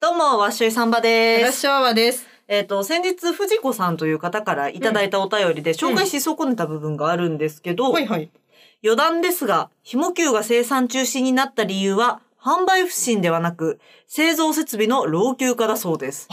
どうも、わっしょいさんばでラッす。シュアワーです。えっ、と、先日、藤子さんという方からいただいたお便りで紹介し損ねた部分があるんですけど、はいはい。余談ですが、紐球が生産中止になった理由は、販売不振ではなく、製造設備の老朽化だそうです。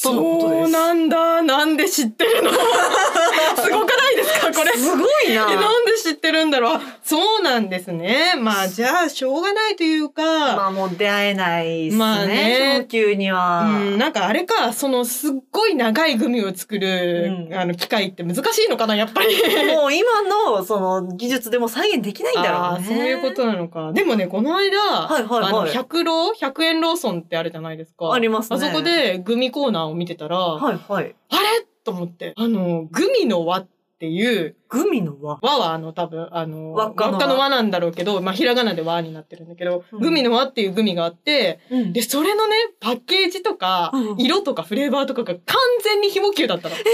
とのことですそうなんだ。なんで知ってるの すごくないですかこれ。すごいなえ、なんで知ってるんだろう。あそうなんですね。まあ、じゃあ、しょうがないというまか、あもう出会えないですね。まあね紐球には。うん、なんかあれか、そのすっごい長いグミを作る、うんあの、機械って難しいのかな、やっぱり。もう今の、その、技術でも再現できないんだろうあーね。そういうことなのか。でもね、この間、いはいはいあの、100ロー ?100 円ローソンってあるじゃないですか。ありますねあそこでグミコーナーを見てたら、はいはい。あれと思って、あの、グミの輪っていう、グミの輪。輪はあの多分、あの、輪輪っっかかの輪の輪なんだろうけど、まあ、ひらがなで輪になってるんだけど、うんグミの輪っていうグミがあって、うんで、それのね、パッケージとかう、ん色とかフレーバーとかが完全にひも球だったの。えで、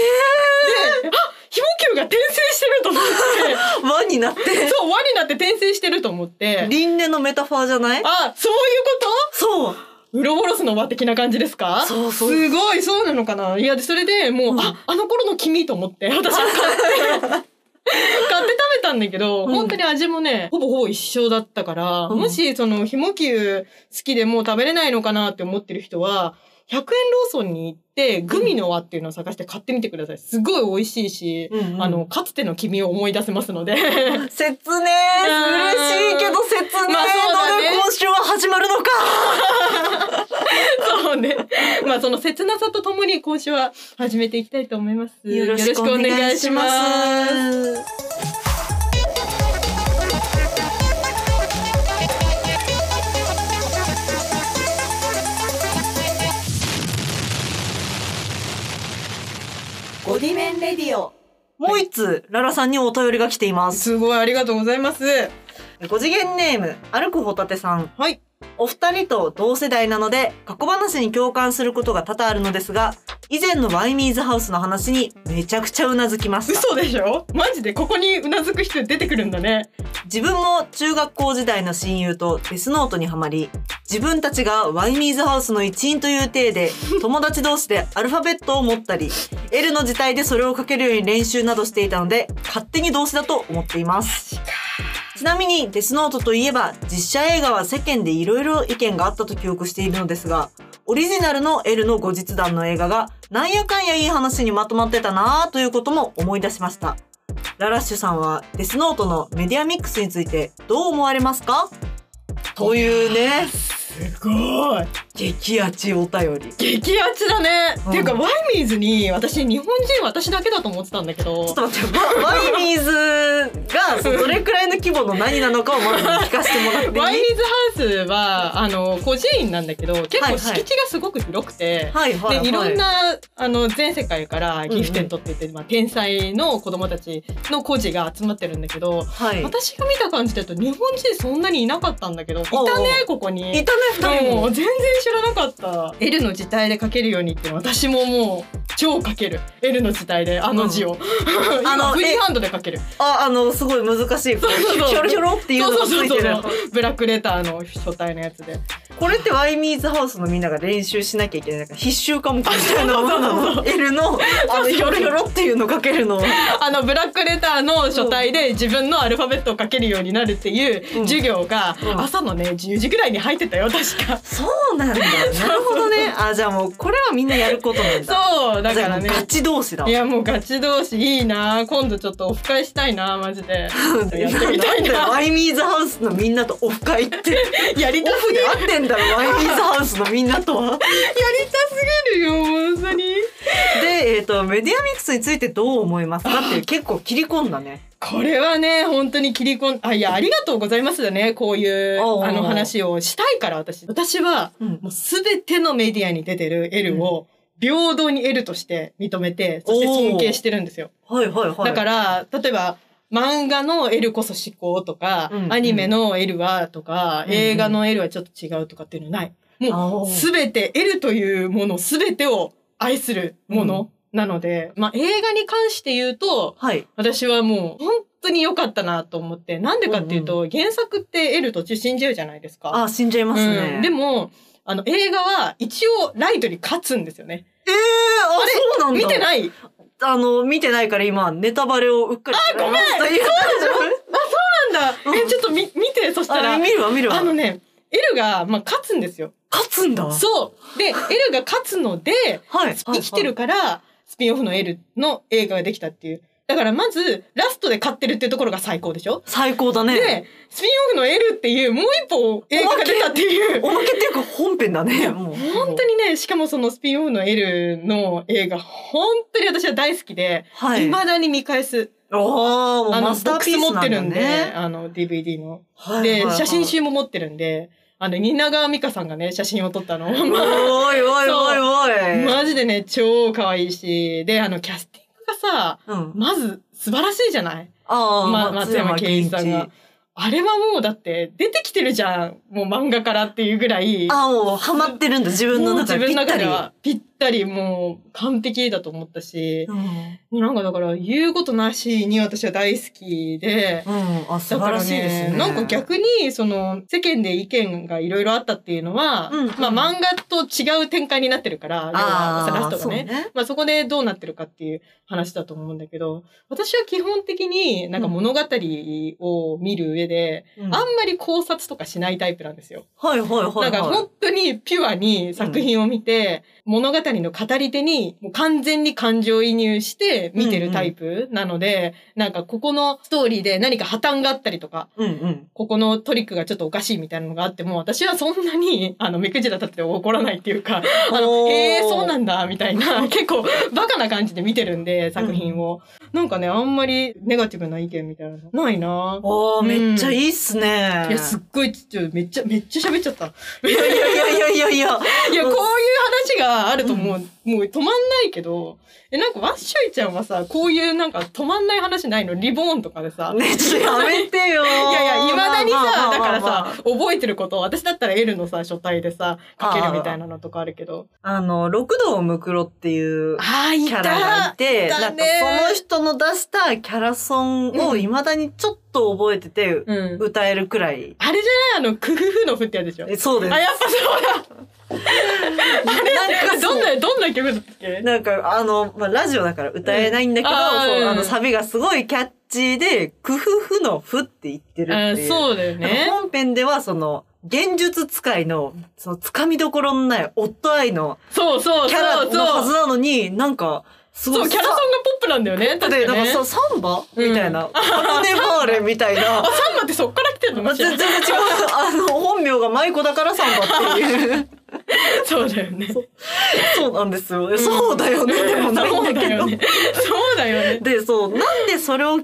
あひも球が転生してると思っ、輪になって て、そう、輪になって転生してると思って、輪廻のメタファーじゃないあ、そういうこそとう。ウロボロスの輪的な感じですかそうそうすごい、そうなのかないや、それでもう、うんあ、あの頃の君と思って、私は買って、 買って食べたんだけど、うん本当に味もね、ほぼほぼ一緒だったから、うんもし、その、ひも球好きでもう食べれないのかなって思ってる人は、100円ローソンに行って、グミの輪っていうのを探して買ってみてください。すごい美味しいし、うんうんあの、かつての君を思い出せます ので。説明嬉しいけど説明まあそうのだでね今週は始まるのか、そうね。まあその切なさとともに今週は始めていきたいと思います。よろしくお願いしますゴディメンレディオもう一通ララさんにお便りが来ていますすごいありがとうございます。ご次元ネーム歩くホタテさんはい。お二人と同世代なので過去話に共感することが多々あるのですが以前のワイミーズハウスの話にめちゃくちゃうなずきました嘘でしょマジでここにうなずく人出てくるんだね。自分も中学校時代の親友とデスノートにはまり、自分たちがワイミーズハウスの一員という体で、友達同士でアルファベットを持ったり、L の字体でそれを書けるように練習などしていたので、勝手に動詞だと思っています。ちなみにデスノートといえば、実写映画は世間でいろいろ意見があったと記憶しているのですが、オリジナルの L の後日談の映画が、なんやかんやいい話にまとまってたなぁということも思い出しました。ララッシュさんはデスノートのメディアミックスについてどう思われますかというね、すごい。激アチお便り。ち激アツだね。うんっていうか、ワイミーズに私、日本人私だけだと思ってたんだけょどっ。と待って、ワワイミーズがそうどれくらいの規模の何なのかをまず聞かせてもらっていいワイミーズハウスは、あの、個人なんだけど、結はいは構い敷地がすごく広くて、はいはい、はい。でいろんなあの全世界からギフテントって言って、まあ、天才の子供たちの孤児が集まってるんだけど、はい。私が見た感じだと日本人そんなにいなかったんだけどいたおうおうねここいに。たね、二人ももう。全然知らなかった。L の字体で書けるようにって私ももう超書ける。L の字体であの字を。あ あののフリーハンドで書ける。あ、あの、すごい難しい。こうそうそうそうひょろひょろっていうそうのそがうつそういてる。そう。ブラックレターの書体のやつで。これってワイミーズハウスのみんなが練習しなきゃいけない。なんか必修科目みたいなものなの。L の、あの、ひょろひょろっていうのかけるのを。あのブラックレターの書体で自分のアルファベットを書けるようになるってういんう授業がうん朝のね10時ぐらいに入ってたよ確か。そうなんだ。なるほどね。 あ、じゃあもうこれはみんなやることなんだ。そうだじからねゃあもう。ガチ同士だ。いやもうガチ同士いいな今度ちょっとオフ会したいなマ ジで。やってみたいんだよな。ワイミーズハウスのみんなとオフ会 って。やりオたすフぎで合ってんだ ろ、ワイミーズハウスのみんなとは。やりたすぎるよ本当に。で、えっ、と、メディアミックスについてどう思いますかっていう結構切り込んだね。これはね本当に切り込んあいやありがとうございますだねこういうおうおうあの話をしたいから私私はうんもう全てのメディアに出てる L を平等に L として認めて、そして尊敬してるんですよ。はいはいはい。、だからら、例えば、漫画の L こそ思考とか、うんアニメの L はとか、うん映画の L はちょっと違うとかっていうのはない。もあう、ーすべて L というもの、すべてを愛するものなので、まあ映画に関して言うと、はい。私はもう本当に良かったなと思って、なんでかっていうと、原作って L 途中死んじゃうじゃないですか。あ、死んじゃいますね。うん、でも、あの、映画は一応来ライトに勝つんですよね。ええああれそうなんだ。見てないあの、見てないから今、ネタバレをうっかり。あ、ごめんそうでしなんだえ、ちょっとみ見て、そしたら。あ見るわ、見るわ。あのね、エルが、まあ、勝つんですよ。勝つんだ。はい。そう。で、エルが勝つので、はいはい生きてる。から、スピンオフのエルの映画ができたっていう。だからまず、ラストで勝ってるっていうところが最高でしょ最高だね。で、スピンオフのエルっていう、もう一歩映画が出たっていう。おまけっていうか本編だね、もう。本当にね、しかもそのスピンオフのエルの映画、本当に私は大好きで、はい。未だに見返す。ああ、もうあの、ボマスタッークピスース持っなてんるだんで、ね。あの、DVD の。はいはいでは、い写真集も持ってるんで、あの、蜷川美香さんがね、写真を撮ったの。おいおいおいおい。マジでね、超可愛いし、で、あの、キャスティングがさ、うん。まず素晴らしいじゃないああ、ま松山ケンイチさんが。あれはもうだって出てきてるじゃん。もう漫画からっていうぐらい。ああ、もうハマってるんだ、自分のもう中自でぴ分のった中りで。はぴったりもう完璧だと思ったし、うん。なんかだから言うことなしに私は大好きで、うん、あ、素だか晴ららしいですね。なんか逆に、その、世間で意見がいろいろあったっていうのは、うんまあ漫画と違う展開になってるから、要はああ、ラストがね。そうね。まあそこでどうなってるかっていう話だと思うんだけど、私は基本的になんか物語を見る上で、うんあんまり考察とかしないタイプなんですよ。はいはいはいはい。なんか本当にピュアに作品を見て、物語の語り手にもう完全に感情移入して見てるタイプなので、なんかここのストーリーで何か破綻があったりとか、うんうん。ここのトリックがちょっとおかしいみたいなのがあっても、私はそんなに、あの、目くじら立って怒らないっていうか、あの、おーへえ、そうなんだ、みた いな、結構、バカな感じで見てるんで、作品を。なんかね、あんまりネガティブな意見みたいなのないなああ、うんめっちゃいいっすね。いや、すっごい、ちょっとめっちゃ、めっちゃ喋っちゃった。いやいやいやいやいやいや。いや、こういう話があるともう、もう止まんないけど、え、なんか、ワッショイちゃんはさ、こういうなんか止まんない話ないのリボーンとかでさ、ね、ちょっとやめてよ。いいやいや、未だにさ、だからまあさ、覚えてることを、私だったら L のさ、書体でさ、書けるみたいなのとかあるけど。あの、六道むくろっていうああ、いキャラがいて、いたなんかねその人の出したキャラソンを未だにちょっと覚えてて、うん。歌えるくらい。あれじゃないあの、クフフのフってやつでしょえそうです。あ、やっぱそうなんだか どんそうな、どんな曲だったっけなんか、あの、まあ、ラジオだから歌えないんだけど、うんあーそううんあの、サビがすごいキャッチーで、クフフのフって言ってるっあていう。そうだよね。本編ではその、現術使いの、その、掴みどころのない、夫愛のそうそうキャラそうのはずそう。なのに、なんか、すごそ、いうキャラソンがポップなんだよね。だ確っかて、になんかね。さ、サンバみたいな。カルネバーレみたいな。あ、 サンバってそっから来てるのあもしれな全い然違う。あの、本名が舞子だからサンバって いう。そうだよね。そうそうなんですよ。そうだよね。でもないんだだけよど。ね。そうだよね。で、そう、なんでそれを覚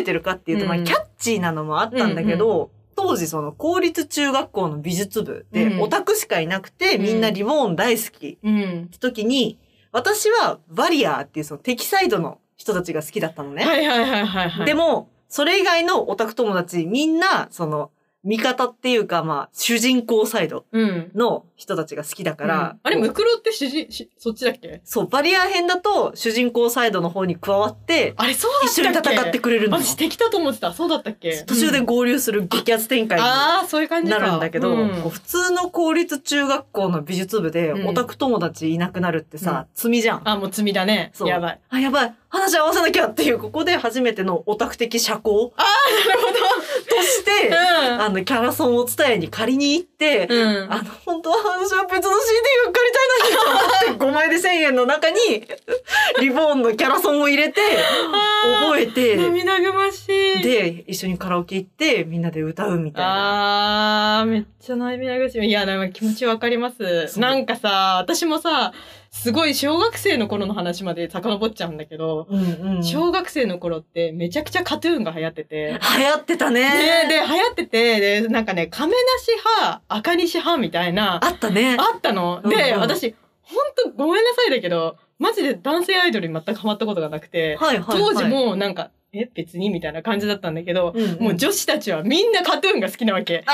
えてるかっていうと、まあ、うんキャッチーなのもあったんだけど、当時その公立中学校の美術部で、うんオタクしかいなくて、みんなリボーン大好きっうん。て時に、私はバリアーっていうその敵サイドの人たちが好きだったのね。はいはいはいはいはい。でも、それ以外のオタク友達みんな、その、味方っていうか、まあ、主人公サイドうん。の人たちが好きだから、うんあれ、ムクロって主人、しそっちだっけそう、バリアー編だと主人公サイドの方に加わって、あれ、そうだったっけ一緒に戦ってくれるのよ。私敵だと思ってた。そうだったっけ途中でうん合流する激アツ展開にああ、そういう感じなか。るんだけど、うこう普通の公立中学校の美術部でうんオタク友達いなくなるってさ、罪じゃん。あ、もう罪だね。そうやばい。あ、やばい。話合わせなきゃっていう、ここで初めてのオタク的社交なるほと して、ど。あの、キャラソンを伝えに借りに行って、うん。うん。あの、本当は話は別の CD が借りたいのにと思って、5枚で1000円の中に、リボーンのキャラソンを入れて、覚えて、涙ぐましい。、で、一緒にカラオケ行って、みんなで歌うみたいな。あー、めっちゃ涙ぐましい。いや、なんか気持ちわかります。そうなんかさ、私もさ、すごい小学生の頃の話まで遡っちゃうんだけど、うんうん。流行小学生の頃ってめちゃくちゃカトゥーンが流行ってて、ってたね。ね、で、流行ってて、で、なんかね、亀梨派、赤西派みたいな、あったね。あったの。うんで、うん私、ほんとごめんなさいだけど、マジで男性アイドルに全くハマったことがなくて、はいはいはい。当時もなんか、え、別にみたいな感じだったんだけど、うんもう女子たちはみんなカトゥーンが好きなわけ。で、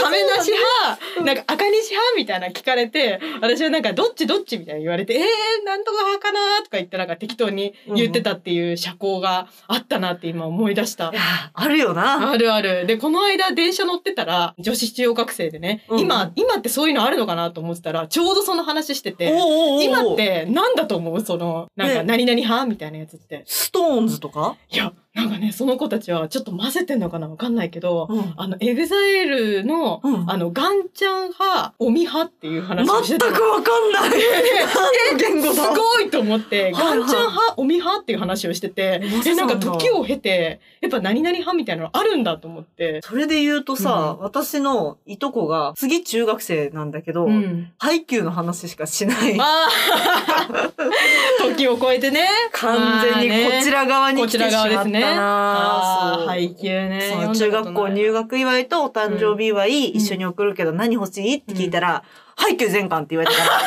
亀梨派、なんか赤西派みたいな聞かれて、私はなんかどっちどっちみたいな言われて、えー、なんとか派かなとか言ってなんか適当に言ってたっていう社交があったなって今思い出したい。やあるよな。あるある。で、この間電車乗ってたら、女子中央学生でね、うん今、今ってそういうのあるのかなと思ってたら、ちょうどその話しておうおて、うおう今ってなんだと思うその、なんかね何々派みたいなやつって。ストーンズとか、いや、なんかね、その子たちはちょっと混ぜてんのかなわかんないけど、うんあの、エグザイルの、うんあの、ガンちゃん派、オミ派っていう話をし全てた。くわかんない。何の言語すだ。ごいと思って、はいはガいンちゃん派、オミ派っていう話をしてて面白い、なえ、なんか時を経て、やっぱ何々派みたいなのあるんだと思って。それで言うとさ、う私のいとこが次中学生なんだけど、うん。ハイキューの話しかしない。ああ 時を超えてね。完全にこちら側に来てしまったな。こちら側ですねあそうあ、配給ね。その中学校入学。学祝いとお誕生日祝いうん一緒に送るけど何欲しいって聞いたら、ハイキュー全巻って言われたから、配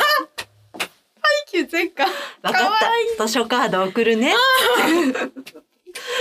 給全巻。分かった、図書カード送るね。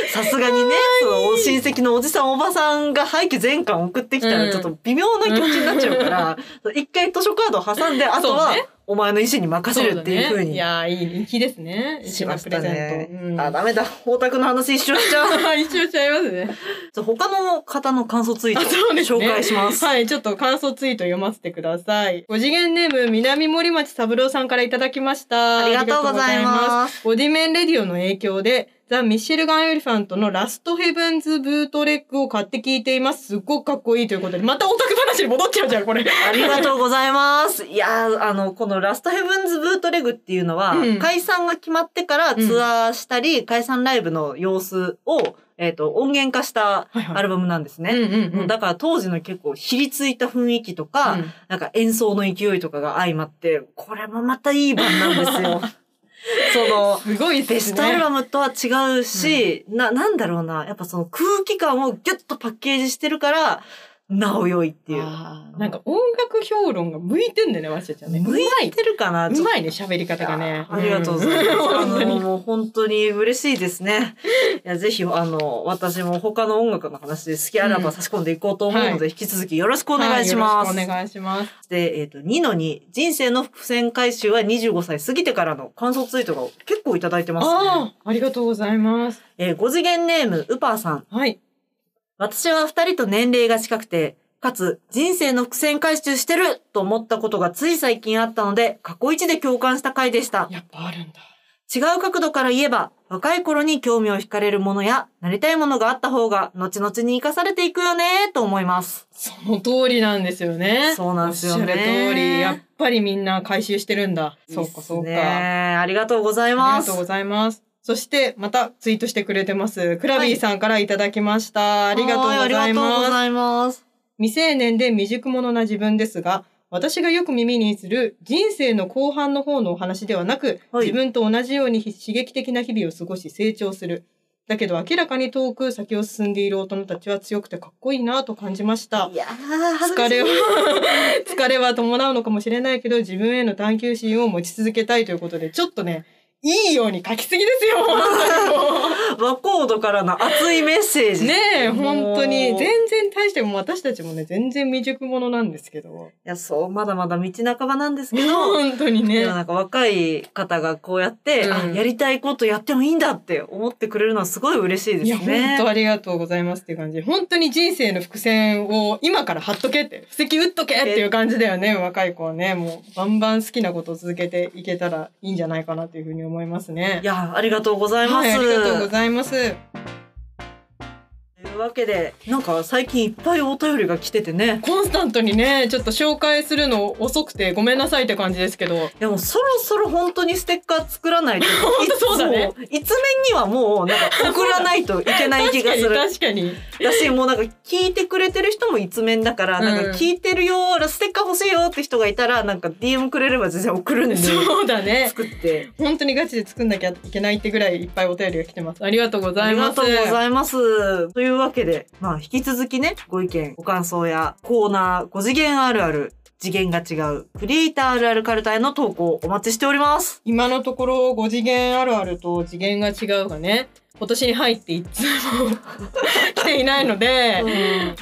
さすがにね、そのお親戚のおじさんおばさんが廃棄全巻送ってきたうらんちょっと微妙な気持ちになっちゃう から、一回図書カードを挟んで、あとそはうねお前の意思に任せるっていうふうそだねいにやー、いい人気ですね。しました一番プレゼンね。トあ、ダメだ。オタクの話一緒しち ゃう。うん 一応ちゃいますね。じゃあ他の方の感想ツイートあそうですね紹介します。はい、ちょっと感想ツイート読ませてください。五次元ネーム、南森町三郎さんからいただきました。ありがとうございますありがとうございす。ボディメンレディオの影響で、ザ・ミシェルガン・エレファントのラストヘブンズ・ブートレックを買って聞いています。すっごくかっこいいということで、またオタク話に戻っちゃうじゃん、これ。ありがとうございます。いやー、あの、このラストヘブンズブートレグっていうのは、うん解散が決まってからツアーしたり、解散ライブの様子を、えっ、と、音源化したはいはいアルバムなんですね。うんうんうんだから当時の結構ひりついた雰囲気とか、うんなんか演奏の勢いとかが相まって、これもまたいい版なんで すよ。その、すごいですね。ベストアルバムとは違うし、な、なんだろうな。やっぱその空気感をギュッとパッケージしてるから、なお良いっていう。あーなんか音楽評論が向いてんだよね、わしちゃんね。向い上手てるかなちうょっとまいね、喋り方がね。ありがとうございます。あん本当の、に。もう本当に嬉しいですね。いや、ぜひ、あの、私も他の音楽の話で好きあらば差し込んでいこうと思うので、うんは引き続きよろしくお願いします。はいよろしくお願いします。で、えっ、と、2の2、人生の伏線回収は25歳過ぎてからの感想ツイートが結構いただいてます、ね。ああ、ありがとうございます。えー、5次元ネーム、ウパーさん。はい。私は二人と年齢が近くて、かつ人生の伏線回収してると思ったことがつい最近あったので、過去一で共感した回でした。やっぱあるんだ。違う角度から言えば、若い頃に興味を惹かれるものや、なりたいものがあった方が、後々に生かされていくよね、と思います。その通りなんですよね。そうなんですよねおっしゃる通り。やっぱりみんな回収してるんだ。そうか、そういか。いっすねあありがとうございりまがすとう。ございます。そして、またツイートしてくれてます。クラビーさんからいただきました。ありがとうごはざありがいとうごます。ざいます。未成年で未熟者な自分ですが、私がよく耳にする人生の後半の方のお話ではなく、はい自分と同じように刺激的な日々を過ごし成長する。だけど明らかに遠く先を進んでいる大人たちは強くてかっこいいなと感じましたい。やー、恥ずか疲しい れは、疲れは伴うのかもしれないけど、自分への探求心を持ち続けたいということで、ちょっとね、いいように書きすぎですよ、本 当にも和コードからの熱いメッセーうジ。ねえ、本当に。もう全然大しても、私たちもね、全然未熟者なんですけど。いや、そう、まだまだ道半ばなんですけど、本当にでねも。なんか若い方がこうやって、うんあやりたいことやってもいいんだって思ってくれるのはすごい嬉しいいや、です本当ね。ありがとうございますっていう感じ。本当に人生の伏線を今から貼っとけって、布石打っとけっていう感じだよね、若い子はね。もう、バンバン好きなことを続けていけたらいいんじゃないかなというふうに思いますね。いや、ありがとうございまはい、す。ありがとうございます。というわけで、なんか最近いっぱいお便りが来ててね。コンスタントにね、ちょっと紹介するの遅くてごめんなさいって感じですけど。でもそろそろ本当にステッカー作らないと。 本当そうだねいつも。一面にはもう、なんか送らないといけない気がす確かに、る。確かに。だし、もうなんか聞いてくれてる人も一面だから、うんなんか聞いてるよステッカー欲しいよって人がいたら、なんか DM くれれば全然送るんで、そうだね。作って。本当にガチで作んなきゃいけないってぐらいいっぱいお便りが来てます。ありがとうござあいりがます。とうございます。というわけで、まあ、引き続きね、ご意見、ご感想や、コーナー、5次元あるある、次元が違うクリエイターあるあるカルタへの投稿お待ちしております。今のところ5次元あるあると次元が違うがね今年に入って一通も来ていないので、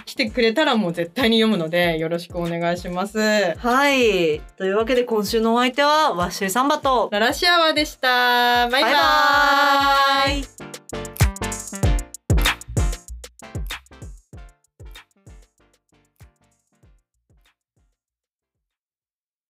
来てくれたらもう絶対に読むのでよろしくお願いします。はい。というわけで今週のお相手はワッシュイサンバとララシアワでした。バイババイイバーイ